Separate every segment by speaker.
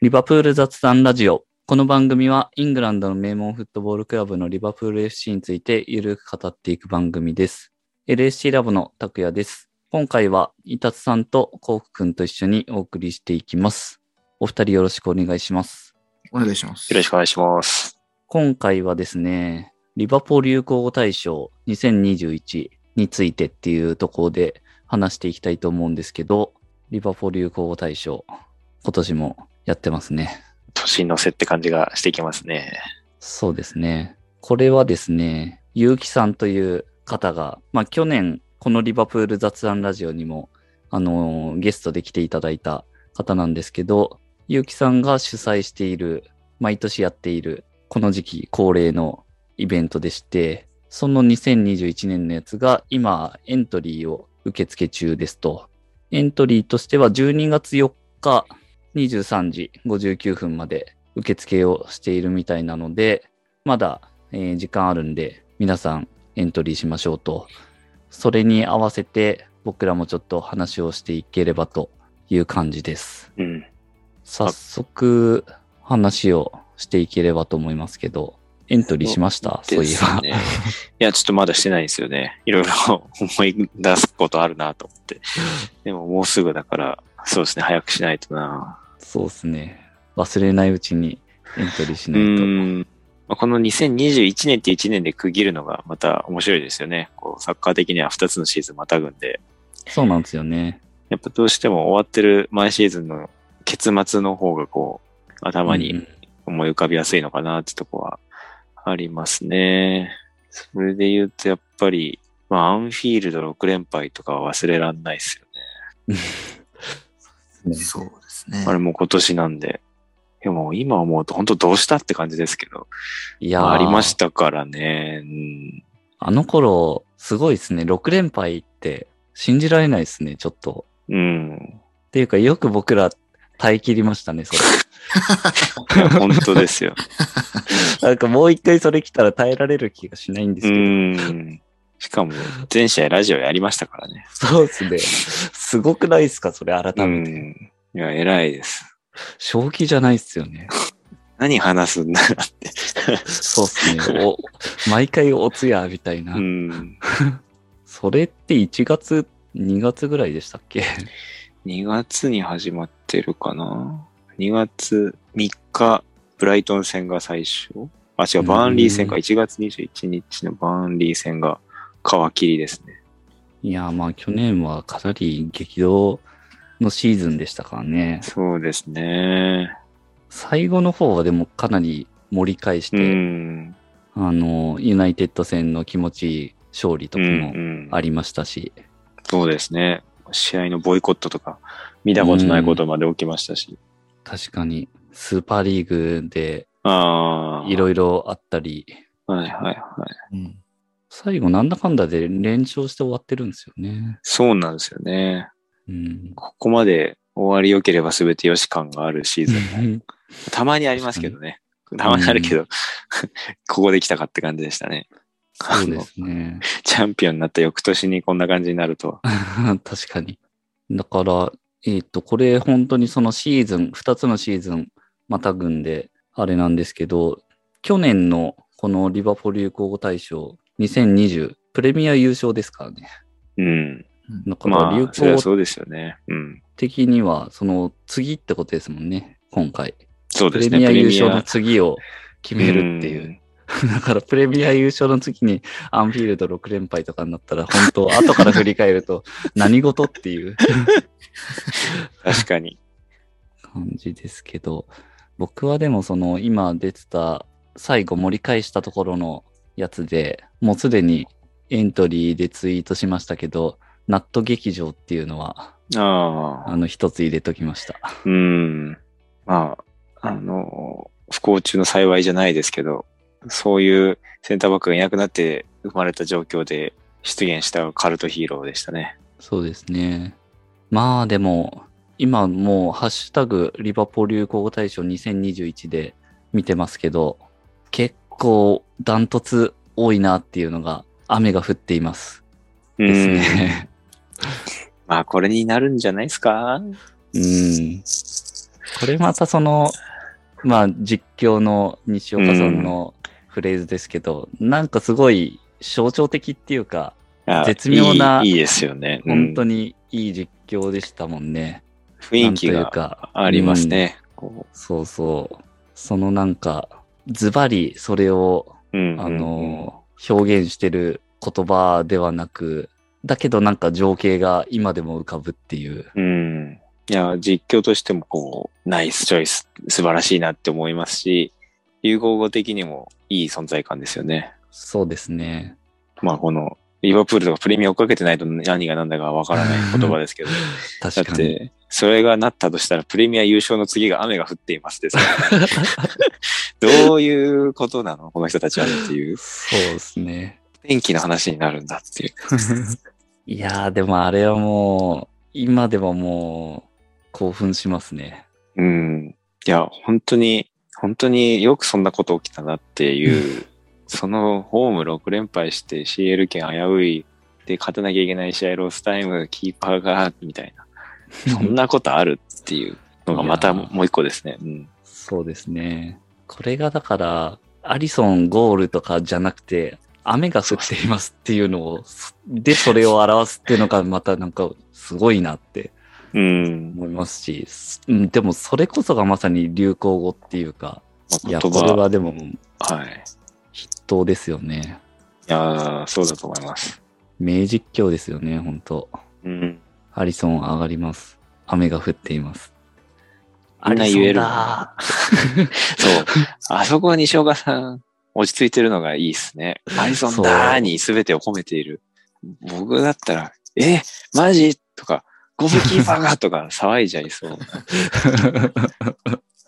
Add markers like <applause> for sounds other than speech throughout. Speaker 1: リバプール雑談ラジオ。この番組はイングランドの名門フットボールクラブのリバプール FC についてゆるく語っていく番組です。LSC ラボの拓也です。今回は伊達さんとコウクくんと一緒にお送りしていきます。お二人よろしくお願いします。
Speaker 2: お願いします。
Speaker 3: よろしくお願いします。
Speaker 1: 今回はですね、リバポール流行語大賞2021についてっていうところで話していきたいと思うんですけど、リバポール流行語大賞、今年もやってますね。
Speaker 3: 年に乗せって感じがしてきますね。
Speaker 1: そうですね。これはですね、ゆうきさんという方が、まあ、去年、このリバプール雑談ラジオにも、あのーゲストで来ていただいた方なんですけど、ゆうきさんが主催している、毎年やっている、この時期恒例のイベントでして、その2021年のやつが今エントリーを受付中ですと。エントリーとしては12月4日23時59分まで受付をしているみたいなので、まだ、えー時間あるんで、皆さんエントリーしましょうと。それに合わせて僕らもちょっと話をしていければという感じです。
Speaker 3: うん。
Speaker 1: 早速話をしていければと思いますけど、エントリーしましたそういえば。 <laughs>
Speaker 3: ね。いや、ちょっとまだしてないんですよね。いろいろ <laughs> 思い出すことあるなと思って。でももうすぐだから、そうですね、早くしないとな。 <laughs>
Speaker 1: そうですね。忘れないうちにエントリーし
Speaker 3: う
Speaker 1: ないと。
Speaker 3: ん。まあこの2021年って1年で区切るのがまた面白いですよね。こう、サッカー的には2つのシーズンまたぐんで、
Speaker 1: そうなんですよね。
Speaker 3: やっぱどうしても終わってる毎シーズンの結末の方がこう、頭に
Speaker 1: うん
Speaker 3: 思い浮かびやすいのかなってとこはありますね。それで言うとやっぱり、まあ、アンフィールド6連敗とかは忘れらんないですよ
Speaker 2: そうですね
Speaker 3: ね。。あれもう今年なんで。でも今思うと本当どうしたって感じですけど。
Speaker 1: い
Speaker 3: ま
Speaker 1: やー
Speaker 3: あありましたからね。うん
Speaker 1: あの頃、すごいですね。6連敗って信じられないですね、ちょっと。
Speaker 3: うん。
Speaker 1: っていうか、よく僕ら耐え切りました
Speaker 3: <laughs>
Speaker 1: ね、それ。
Speaker 3: いや本当ですよ。
Speaker 1: なんかもう一回それ来たら耐えられる気がし <laughs> ないんで
Speaker 3: う
Speaker 1: すけど。
Speaker 3: ん。しかも全試合ラジオやりましたからね。
Speaker 1: そうですね。すごくないですか、それ改
Speaker 3: う
Speaker 1: めて。
Speaker 3: ん。いや、偉いです。
Speaker 1: 正気じゃないっすよね。
Speaker 3: 何話すんだろ
Speaker 1: そうっす
Speaker 3: <laughs>
Speaker 1: ね。お、毎回おつや、みたいな。
Speaker 3: う。うん。
Speaker 1: それって1月、2月ぐらいでしたっけ
Speaker 3: 2月に始まってるかな ?2 月3日、ブライトン戦が最初あ、違う、バーンリー戦か。
Speaker 1: うん
Speaker 3: 1月21日のバーンリー戦が皮切りですね。
Speaker 1: いや、まあ去年はかなり激動のシーズンでしたからね。
Speaker 3: そうですね。
Speaker 1: 最後の方はでもかなり盛り返し
Speaker 3: う
Speaker 1: て、
Speaker 3: ん。
Speaker 1: あの、ユナイテッド戦の気持ちいい勝利と
Speaker 3: う
Speaker 1: か
Speaker 3: ん
Speaker 1: も
Speaker 3: うん
Speaker 1: ありましたし、
Speaker 3: そうですね。試合のボイコットとか、見たことないことまで起きましたし。
Speaker 1: 確かにスーパーリーグで
Speaker 3: ああ。
Speaker 1: いろいろあったり、
Speaker 3: はいはいはい。
Speaker 2: うん
Speaker 1: 最後なんだかんだで連勝して終わってるんですよね。
Speaker 3: そうなんですよね。 <laughs>
Speaker 1: うん。
Speaker 3: ここまで終わり良ければ全て良し感があるシーズンたまにありますけどね。たまにあるけど、 <laughs> ここで来たかって感じでしたね。
Speaker 1: そうですね。 <laughs>
Speaker 3: チャンピオンになった翌年にこんな感じになるとは。
Speaker 1: 確かに。だから、えっ、と、これ本当にそのシーズン、2つのシーズンまたぐんで、あれなんですけど、去年のこのリバポ流行語大賞2020、プレミア優勝ですからね。
Speaker 3: うん。
Speaker 1: だから
Speaker 3: ま
Speaker 1: 流
Speaker 3: あ、それは
Speaker 1: 行
Speaker 3: そうですよね。うん。
Speaker 1: 的には、その次ってことですもんね、今回。
Speaker 3: そう
Speaker 1: プ
Speaker 3: で
Speaker 1: レ
Speaker 3: すね。
Speaker 1: ミア優勝の次を決めるっていう。 <laughs>
Speaker 3: ん。
Speaker 1: だからプレミア優勝の次にアンフィールド6連敗とかになったら、本当
Speaker 3: <laughs>
Speaker 1: 後から振り返ると何事っていう。
Speaker 3: 確かに。
Speaker 1: 感じですけど、僕はでもその今出てた最後盛り返したところのやつでもうすでにエントリーでツイートしましたけど、ナット劇場っていうのは、
Speaker 3: ああ。
Speaker 1: あの、一つ入れときました。
Speaker 3: うん。まあ、あの、不幸中の幸いじゃないですけど、そういうセンターバックがいなくなって生まれた状況で出現したカルトヒーローでしたね。
Speaker 1: そうですね。まあでも、今もう、ハッシュタグ、リバポ流行語大賞2021で見てますけど、結構、ダントツ多いなっていうのが、雨が降っています。
Speaker 3: う
Speaker 1: です
Speaker 3: ん。
Speaker 1: ね。
Speaker 3: まあ、これになるんじゃないですか
Speaker 1: うん。これまたその、まあ実況の西岡さんのフレーズですけど、なんかすごい象徴的っていうか、
Speaker 3: あ
Speaker 1: 絶妙ない
Speaker 3: いいいですよね。うん
Speaker 1: 本当にいい実況でしたもんね。
Speaker 3: 雰囲気
Speaker 1: なんという
Speaker 3: が
Speaker 1: か
Speaker 3: ありますね。こ
Speaker 1: そうそう。そのなんか、ズバリそれを、
Speaker 3: ううん
Speaker 1: あの、表現してる言葉ではなく、だけどなんか情景が今でも浮かぶっていう。
Speaker 3: うん。いや、実況としてもこう、ナイスチョイス、素晴らしいなって思いますし、流行語的にもいい存在感ですよね。
Speaker 1: そうですね。
Speaker 3: まあこの、リバプールとかプレミア追っかけてないと何が何だかわからない言葉ですけど。
Speaker 1: <laughs>
Speaker 3: だ
Speaker 1: 確
Speaker 3: っ
Speaker 1: かに。
Speaker 3: て、それがなったとしたらプレミア優勝の次が雨が降っています
Speaker 1: <laughs>
Speaker 3: ですからねどういうことなのこの人たちはっていう。
Speaker 1: そうですね。
Speaker 3: 天気の話になるんだっていう。
Speaker 1: いやー、でもあれはもう、今でももう、興奮します
Speaker 3: <laughs>
Speaker 1: ね。
Speaker 3: うん。いや、本当に、本当によくそんなこと起きたなっ
Speaker 1: <laughs>
Speaker 3: ていう、そのホーム6連敗して CL 権危ういで勝たなきゃいけない試合ロスタイム、キーパーが、みたいな。そんなことあるっていうのがまたもう一個ですね。うん。
Speaker 1: そうですね。これがだから、アリソンゴールとかじゃなくて、雨が降っていますっていうのを、で、それを表すっていうのがまたなんかすごいなって
Speaker 3: うん。
Speaker 1: 思いますし、うん、でもそれこそがまさに流行語っていうか、
Speaker 3: まあ
Speaker 1: い
Speaker 3: 言
Speaker 1: や、これ
Speaker 3: 葉、
Speaker 1: はでも
Speaker 3: はい。
Speaker 1: 筆頭ですよね。
Speaker 3: いやー、そうだと思います。
Speaker 1: 名実況ですよね、本当
Speaker 3: うん。
Speaker 1: アリソン上がります。雨が降っています。
Speaker 3: みんな言える
Speaker 1: アリソンだ
Speaker 3: そう。あそこは西岡さん、落ち着いてるのがいいですね。アリソンだーに全てを込めている。僕だったら、え、マジとか、ゴブキーパーがとか騒いじゃいそう。
Speaker 1: ー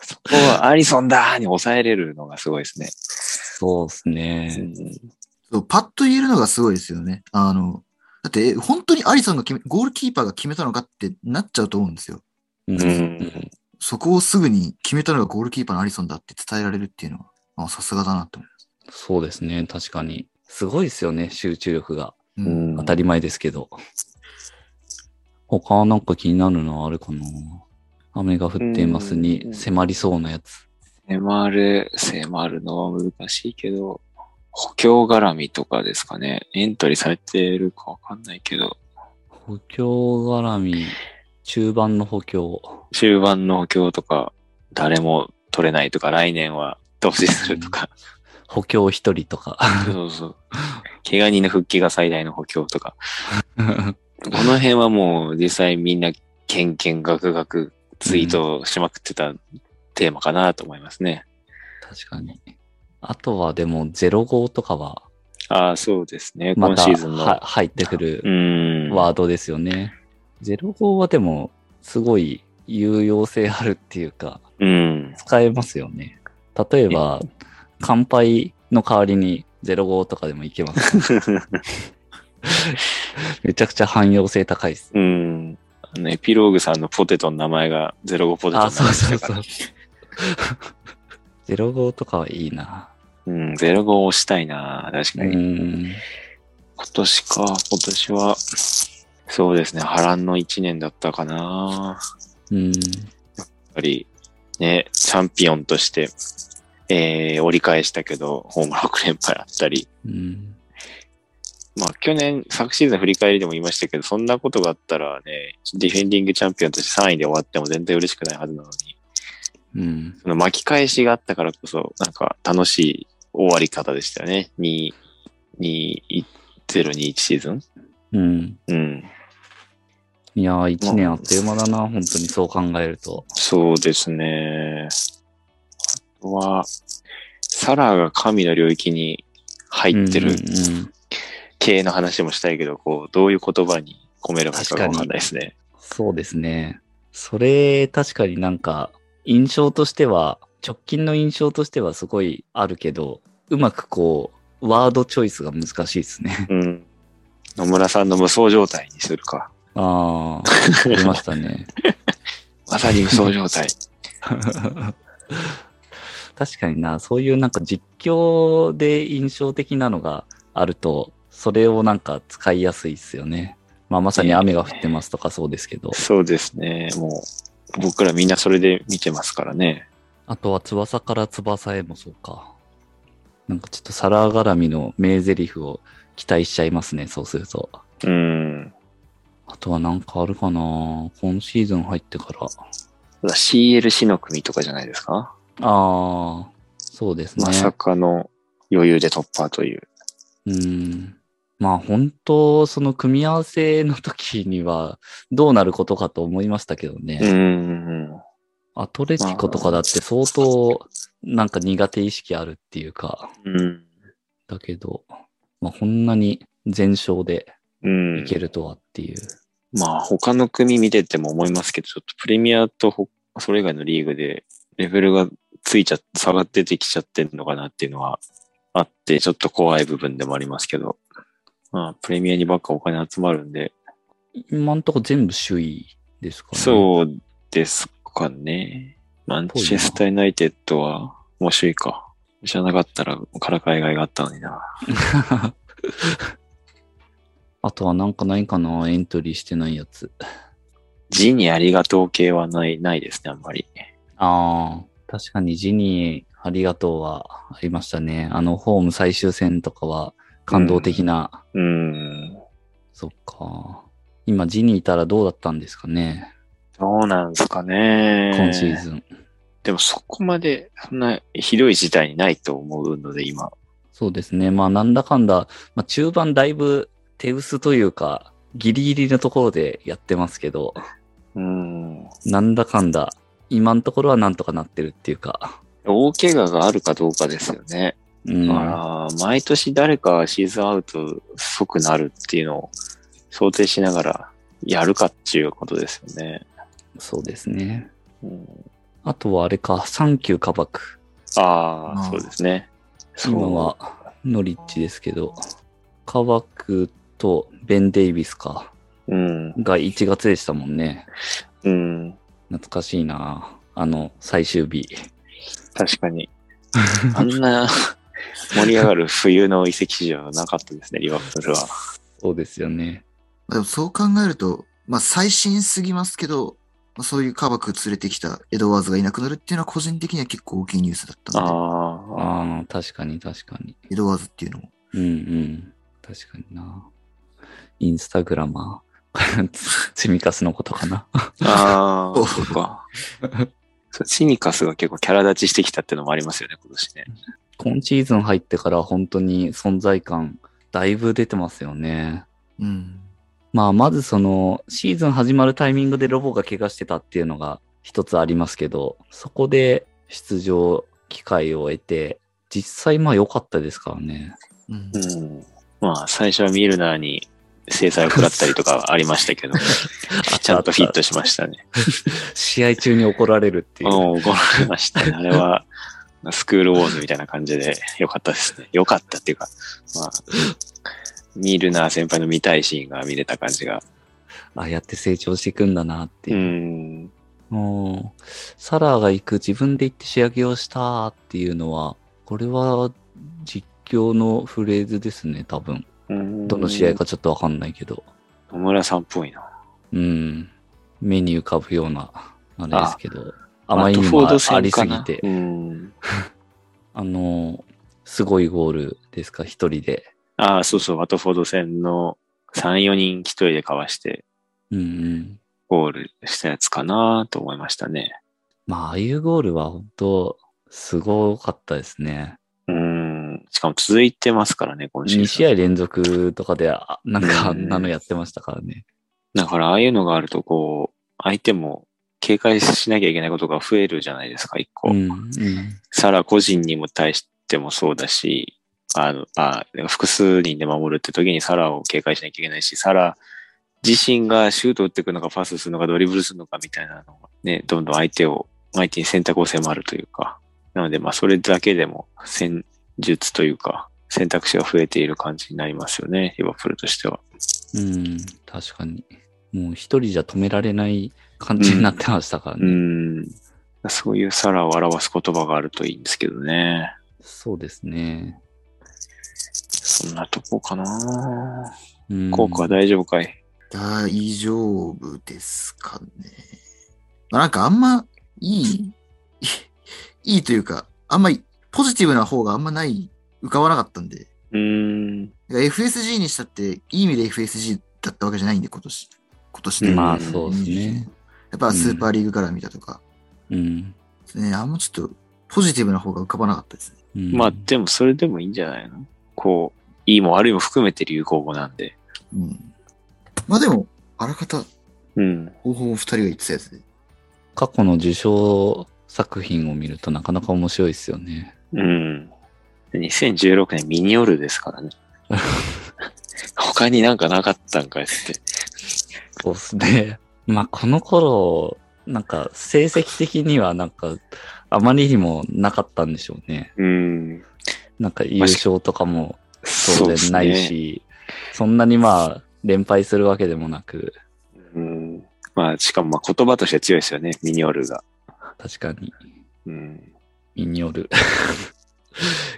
Speaker 3: そこはアリソンだーに抑えれるのがすごいですね。
Speaker 1: そうですね。
Speaker 2: そうパッと言えるのがすごいですよね。あの、だって、え本当にアリソンが決め、ゴールキーパーが決めたのかってなっちゃうと思うんですよ。
Speaker 1: うん
Speaker 3: うん
Speaker 2: そこをすぐに決めたのがゴールキーパーのアリソンだって伝えられるっていうのは、あさすがだなって思います。
Speaker 1: そうですね、確かに。すごいですよね、集中力が。
Speaker 2: う。
Speaker 3: うんん
Speaker 1: 当たり前ですけど。他はなんか気になるのあるかな雨が降っています
Speaker 3: う
Speaker 1: に
Speaker 3: ん
Speaker 1: 迫りそうなやつ。
Speaker 3: 迫る、迫るのは難しいけど、補強絡みとかですかね。エントリーされてるかわかんないけど、
Speaker 1: 補強絡み、中盤の補強。
Speaker 3: 終盤の補強とか、誰も取れないとか、来年は投資するとか、
Speaker 1: 補強一人とか。 <laughs>
Speaker 3: <laughs> そうそう。怪我人の復帰が最大の補強とか、この辺はもう実際みんなケンケンガクガクツイートしまくってたテーマかなと思いますね。
Speaker 1: 確かに。あとはでも05とかは、
Speaker 3: ああ、そうですね。
Speaker 1: ま
Speaker 3: 今
Speaker 1: た
Speaker 3: シーズンの。
Speaker 1: は入ってくる
Speaker 3: うーん。
Speaker 1: ワードですよね。05はでも、すごい有用性あるっていうか、
Speaker 3: うん。 <laughs>
Speaker 1: 使えますよね。例えば、乾杯の代わりに05とかでもいけます。 <laughs> めちゃくちゃ汎用性高いです。
Speaker 3: うん。あのエピローグさんのポテトの名前が05ポテトの名前
Speaker 1: あ、そうそう
Speaker 3: だ
Speaker 1: そ
Speaker 3: か
Speaker 1: う <laughs>
Speaker 3: ら。。
Speaker 1: 05とかはいいな。
Speaker 3: うん、05を押したいな確
Speaker 1: う
Speaker 3: かに。
Speaker 1: ん。
Speaker 3: 今年か、今年は、そうですね、波乱の一年だったかな。
Speaker 1: うん。
Speaker 3: やっぱり、ね、チャンピオンとして、えー、折り返したけど、ホーム6連敗あったり、
Speaker 1: うん。
Speaker 3: まあ去年、昨シーズン振り返りでも言いましたけど、そんなことがあったらね、ディフェンディングチャンピオンとして3位で終わっても全然嬉しくないはずなのに、
Speaker 1: うん。
Speaker 3: その巻き返しがあったからこそ、なんか楽しい終わり方でしたよね。2、2、021シーズン
Speaker 1: うん。
Speaker 3: うん。
Speaker 1: いやー、一年あっという間だな、本当にそう考えると。
Speaker 3: そうですね。あとは、サラが神の領域に入って
Speaker 1: うんう
Speaker 3: る
Speaker 1: ん
Speaker 3: 系の話もしたいけど、こう、どういう言葉に込めればいいか
Speaker 1: 確か
Speaker 3: わ
Speaker 1: に
Speaker 3: かんないですね。
Speaker 1: そうですね。それ、確かになんか、印象としては、直近の印象としてはすごいあるけど、うまくこう、ワードチョイスが難しいですね。 <laughs>
Speaker 3: うん。野村さんの無双状態にするか。
Speaker 1: ああ、ありましたね。
Speaker 3: まさに無双状態。
Speaker 1: 確かにな、そういうなんか実況で印象的なのがあると、それをなんか使いやすいですよね。まあまさに雨が降ってますとかそうですけど。
Speaker 3: そうですね。もう、僕らみんなそれで見てますからね。
Speaker 1: あとは翼から翼へもそうか。なんかちょっと皿絡みの名台詞を期待しちゃいますね、そうすると。
Speaker 3: うん。
Speaker 1: あとはなんかあるかな今シーズン入ってから。
Speaker 3: ただ CLC の組とかじゃないですか、
Speaker 1: ああ、そうですね。
Speaker 3: まさかの余裕で突破という。
Speaker 1: うん。まあ本当、その組み合わせの時にはどうなることかと思いましたけどね。
Speaker 3: うん。
Speaker 1: アトレティコとかだって相当なんか苦手意識あるっていうか、
Speaker 3: うん。
Speaker 1: だけど、まあこんなに全勝で
Speaker 3: うん。
Speaker 1: いけるとはっていう。
Speaker 3: まあ他の組見てても思いますけど、ちょっとプレミアとほそれ以外のリーグでレベルがついちゃ、差が出てきちゃってるのかなっていうのはあって、ちょっと怖い部分でもありますけど、まあプレミアにばっかお金集まるんで、
Speaker 1: 今んとこ全部首位ですかね。
Speaker 3: そうですかね。マンチェスターユナイテッドは面白いか。知らなかったらからかいがいがあったのにな。
Speaker 1: あとはなんかないかなエントリーしてないやつ。
Speaker 3: 字にありがとう系はない、ないですね、あんまり。
Speaker 1: ああ、確かにジニーありがとうはありましたね。あの、ホーム最終戦とかは感動的な、
Speaker 3: うん。
Speaker 1: そっか。今ジニーいたらどうだったんですかね
Speaker 3: どうなんですかね。
Speaker 1: 今シーズン。
Speaker 3: でもそこまで、そんなひどい事態にないと思うので、今。
Speaker 1: そうですね。まあ、なんだかんだ、まあ、中盤だいぶ手薄というか、ギリギリのところでやってますけど、
Speaker 3: うん。
Speaker 1: なんだかんだ、今のところはなんとかなってるっていうか。
Speaker 3: 大怪我があるかどうかですよね。
Speaker 1: うん。
Speaker 3: だから、毎年誰かシーズンアウト即なるっていうのを想定しながらやるかっていうことですよね。
Speaker 1: そうですね。
Speaker 3: うん、
Speaker 1: あとはあれか、サンキューカバク。
Speaker 3: ああ、
Speaker 2: うん
Speaker 3: そうですね。そう
Speaker 1: 今はノリッチですけど、カバクとベン・デイビスか、
Speaker 3: うん。
Speaker 1: が1月でしたもんね。
Speaker 3: うん。
Speaker 1: 懐かしいなあの、最終日。
Speaker 3: 確かに。あんな盛り上がる冬の移籍市場はなかったですね、リバプールは。
Speaker 1: そうですよね。
Speaker 2: でもそう考えると、まあ最新すぎますけど、まあ、そういうカバク連れてきたエドワーズがいなくなるっていうのは個人的には結構大きいニュースだったの
Speaker 3: ああ。
Speaker 1: ああ、確かに確かに。
Speaker 2: で、エドワーズっていうのも。
Speaker 1: うんうん。確かにな。インスタグラマー。 <laughs> 積みカスのことかな。
Speaker 3: あ
Speaker 2: お
Speaker 3: あ、そうか。そうシニカスが結構キャラ立ちしてきたってのもありますよね、今年ね。
Speaker 1: 今シーズン入ってから本当に存在感だいぶ出てますよね。
Speaker 2: うん。
Speaker 1: まあ、まずそのシーズン始まるタイミングでロボが怪我してたっていうのが一つありますけど、そこで出場機会を得て、実際まあ良かったですからね。
Speaker 2: うん
Speaker 3: うん。まあ、最初はミルナーに制裁を食らったりとかはありましたけ <laughs> ど、ちゃんとフィットしましたね。
Speaker 1: 試合中に怒られるっていう。
Speaker 3: うん、怒られましたね。あれは、スクールウォーズみたいな感じで良かったですね。良かったっていうか、まあ、ミルナー先輩の見たいシーンが見れた感じが。
Speaker 1: ああやって成長していくんだなっていうう。
Speaker 3: ん。
Speaker 1: うんサラーが行く自分で行って仕上げをしたっていうのは、これは実況のフレーズですね、多分。どの試合かちょっとわかんないけど。
Speaker 3: 野村さんっぽいな。
Speaker 1: うん。目に浮かぶような、あれですけど。あ
Speaker 3: あ
Speaker 1: まりにもあありすぎ
Speaker 3: う
Speaker 1: て、
Speaker 3: ん。
Speaker 1: あの、すごいゴールですか、一人で。
Speaker 3: ああ、そうそう、ワトフォード戦の3、4人一人でかわして
Speaker 1: うんうん。
Speaker 3: ゴールしたやつかなと思いましたね。
Speaker 1: まあ、ああいうゴールは本当すごかったですね。
Speaker 3: うーん。しかも続いてますからね、今シーズン。
Speaker 1: 2試合連続とかで、あなんかあ
Speaker 3: うん
Speaker 1: んなのやってましたからね。
Speaker 3: だから、ああいうのがあると、こう、相手も警戒しなきゃいけないことが増えるじゃないですか、一個。
Speaker 1: うん、うん。
Speaker 3: サラ個人にも対してもそうだし、あの、あ、複数人で守るって時にサラを警戒しなきゃいけないし、サラ自身がシュート打ってくるのかパスするのかドリブルするのかみたいなのがね、どんどん相手を、相手に選択を迫るというか、なのでまあそれだけでも戦術というか、選択肢が増えている感じになりますよね、リバプールとしては。
Speaker 1: うん、確かに。もう一人じゃ止められない感じになってましたから
Speaker 3: う
Speaker 1: ね。
Speaker 3: ん。そういうサラを表す言葉があるといいんですけどね。
Speaker 1: そうですね。
Speaker 3: そんなとこかな
Speaker 1: うん、
Speaker 3: 効果は大丈夫かい
Speaker 2: 大丈夫ですかね。まあ、なんかあんまいい、いいというか、あんまりポジティブな方があんまない、浮かばなかったんで、
Speaker 3: うーん。
Speaker 2: だから FSG にしたって、いい意味で FSG だったわけじゃないんで、今年。今年
Speaker 3: うん
Speaker 1: まあ、そうですね。。
Speaker 2: やっぱスーパーリーグから見たとか、
Speaker 1: うん。
Speaker 2: ですね、あんまちょっとポジティブな方が浮かばなかったですね。
Speaker 1: うん
Speaker 3: まあ、でもそれでもいいんじゃないのこう、いいも悪いも含めて流行語なんで。
Speaker 2: うん。まあでも、あらかた
Speaker 3: うん。
Speaker 2: 方法を二人が言ってたやつで。
Speaker 1: 過去の受賞作品を見るとなかなか面白いですよね。
Speaker 3: うん。2016年ミニオルです <laughs> からね。他になんかなかったんかいっつって。
Speaker 1: そうですね。 <laughs> まあ、この頃、なんか成績的にはなんかあまりにもなかったんでしょうね。
Speaker 3: うん。
Speaker 1: なんか優勝とかも当然ない
Speaker 3: そうっ
Speaker 1: し、そんなにまあ連敗するわけでもなく、
Speaker 3: すね。うん。まあ、しかもまあ言葉として強いですよね、ミニオルが。
Speaker 1: 確かに、
Speaker 3: うん。
Speaker 1: ミニョル。 <laughs>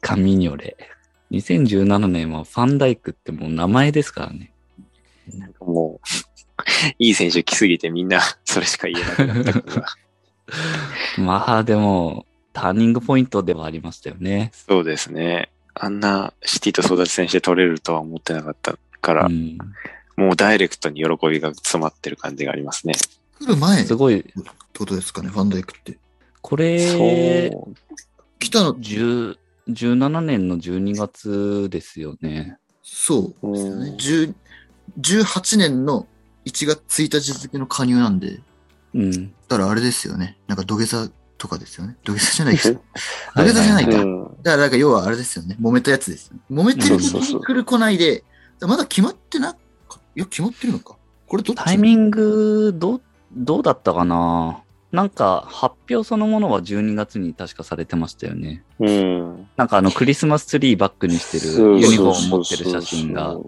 Speaker 1: カミニョレ。2017年はファンダイクってもう名前ですからね。
Speaker 3: もう、いい選手来すぎてみんなそれしか言えなくなったこと <laughs> が
Speaker 1: まあでも、ターニングポイントではありましたよね。
Speaker 3: そうですね。あんなシティと育ち選手で取れるとは思ってなかったから、
Speaker 1: うん、
Speaker 3: もうダイレクトに喜びが詰まってる感じがありますね。
Speaker 2: 来る前っ
Speaker 1: <laughs> す
Speaker 2: て
Speaker 1: ごい。
Speaker 2: ことですかね、ファンダイクって。
Speaker 1: これ、
Speaker 3: そう。
Speaker 2: 来たの、
Speaker 1: 10 17年の12月ですよね。
Speaker 2: そうですよ
Speaker 3: うん
Speaker 2: ね。10 18年の1月1日付の加入なんで、
Speaker 1: うん。
Speaker 2: だからあれですよね。なんか土下座とかですよね。土下座じゃないです。だか
Speaker 1: は
Speaker 2: 土下座じゃない
Speaker 1: はは
Speaker 3: うん
Speaker 2: らなんか要はあれですよね。揉めたやつですよね。揉めてる時
Speaker 3: そうそうそ
Speaker 2: に
Speaker 3: う
Speaker 2: 来る来ないで、まだ決まってな、いや、決まってるのか。これどっち
Speaker 1: タイミング、どう、どうだったかななんか、発表そのものは12月に確かされてましたよね。
Speaker 3: うん。
Speaker 1: なんかあの、クリスマスツリーバックにして
Speaker 3: そう
Speaker 1: る、ユニフォーム
Speaker 3: そ
Speaker 1: 持
Speaker 3: う
Speaker 1: ってる
Speaker 3: そう
Speaker 1: 写真が
Speaker 3: そ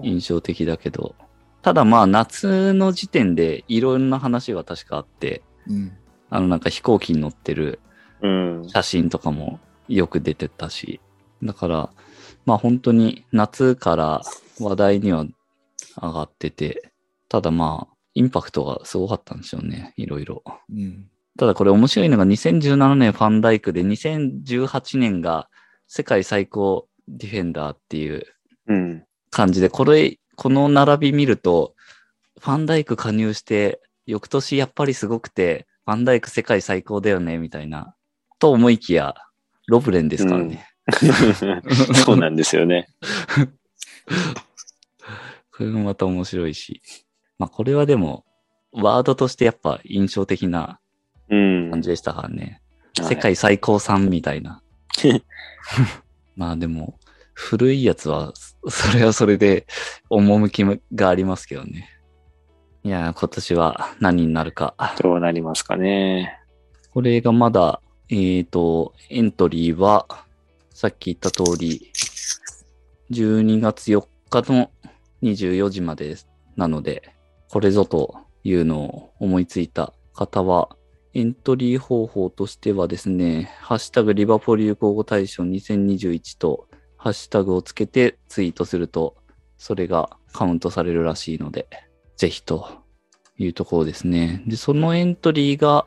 Speaker 3: う
Speaker 1: 印象的だけど。ただまあ、夏の時点でいろんな話が確かあって、
Speaker 2: うん。
Speaker 1: あの、なんか飛行機に乗ってる
Speaker 3: うん。
Speaker 1: 写真とかもよく出てたし、だから、まあ本当に夏から話題には上がってて、ただまあ、インパクトがすごかったんでしょうね、いろいろ。
Speaker 2: うん。
Speaker 1: ただこれ面白いのが2017年ファンダイクで2018年が世界最高ディフェンダーっていう
Speaker 3: <laughs> うん。
Speaker 1: 感じで、これ、この並び見ると、ファンダイク加入して、翌年やっぱりすごくて、ファンダイク世界最高だよね、みたいな。と思いきや、ロブレンですからね。
Speaker 3: そうなんですよね。
Speaker 1: これもまた面白いし。まあこれはでも、ワードとしてやっぱ印象的な
Speaker 3: うん。
Speaker 1: 感じでしたからね。
Speaker 3: はい
Speaker 1: 世界最高さんみたいな。まあでも、古いやつは、そそれはそれで、趣がありますけどね。いやー、今年は何になるか。
Speaker 3: どうなりますかね。
Speaker 1: これがまだ、えっ、と、エントリーは、さっき言った通り、12月4日の24時までですなので、これぞというのを思いついた方は、エントリー方法としてはですね、ハッシュタグリバポ流行語大賞2021と、ハッシュタグをつけてツイートすると、それがカウントされるらしいので、ぜひというところですね。で、そのエントリーが、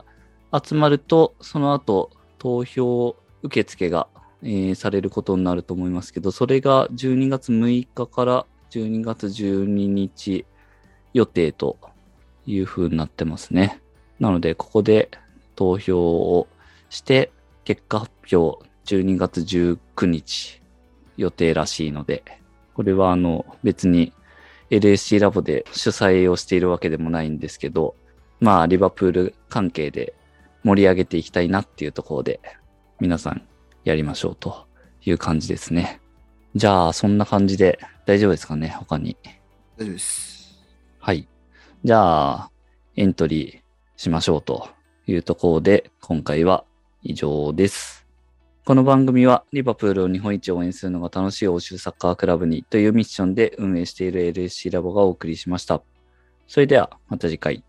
Speaker 1: 集まると、その後、投票受付が、えーされることになると思いますけど、それが12月6日から12月12日予定という風になってますね。なので、ここで投票をして、結果発表12月19日予定らしいので、これはあの別に LSC ラボで主催をしているわけでもないんですけど、まあ、リバプール関係で盛り上げていきたいなっていうところで、皆さんやりましょうという感じですね。じゃあ、そんな感じで大丈夫ですかね、他に。
Speaker 2: 大丈夫です。
Speaker 1: はい。じゃあ、エントリーしましょうというところで、今回は以上です。この番組は、リバプールを日本一応援するのが楽しい欧州サッカークラブにというミッションで運営している LSC ラボがお送りしました。それでは、また次回。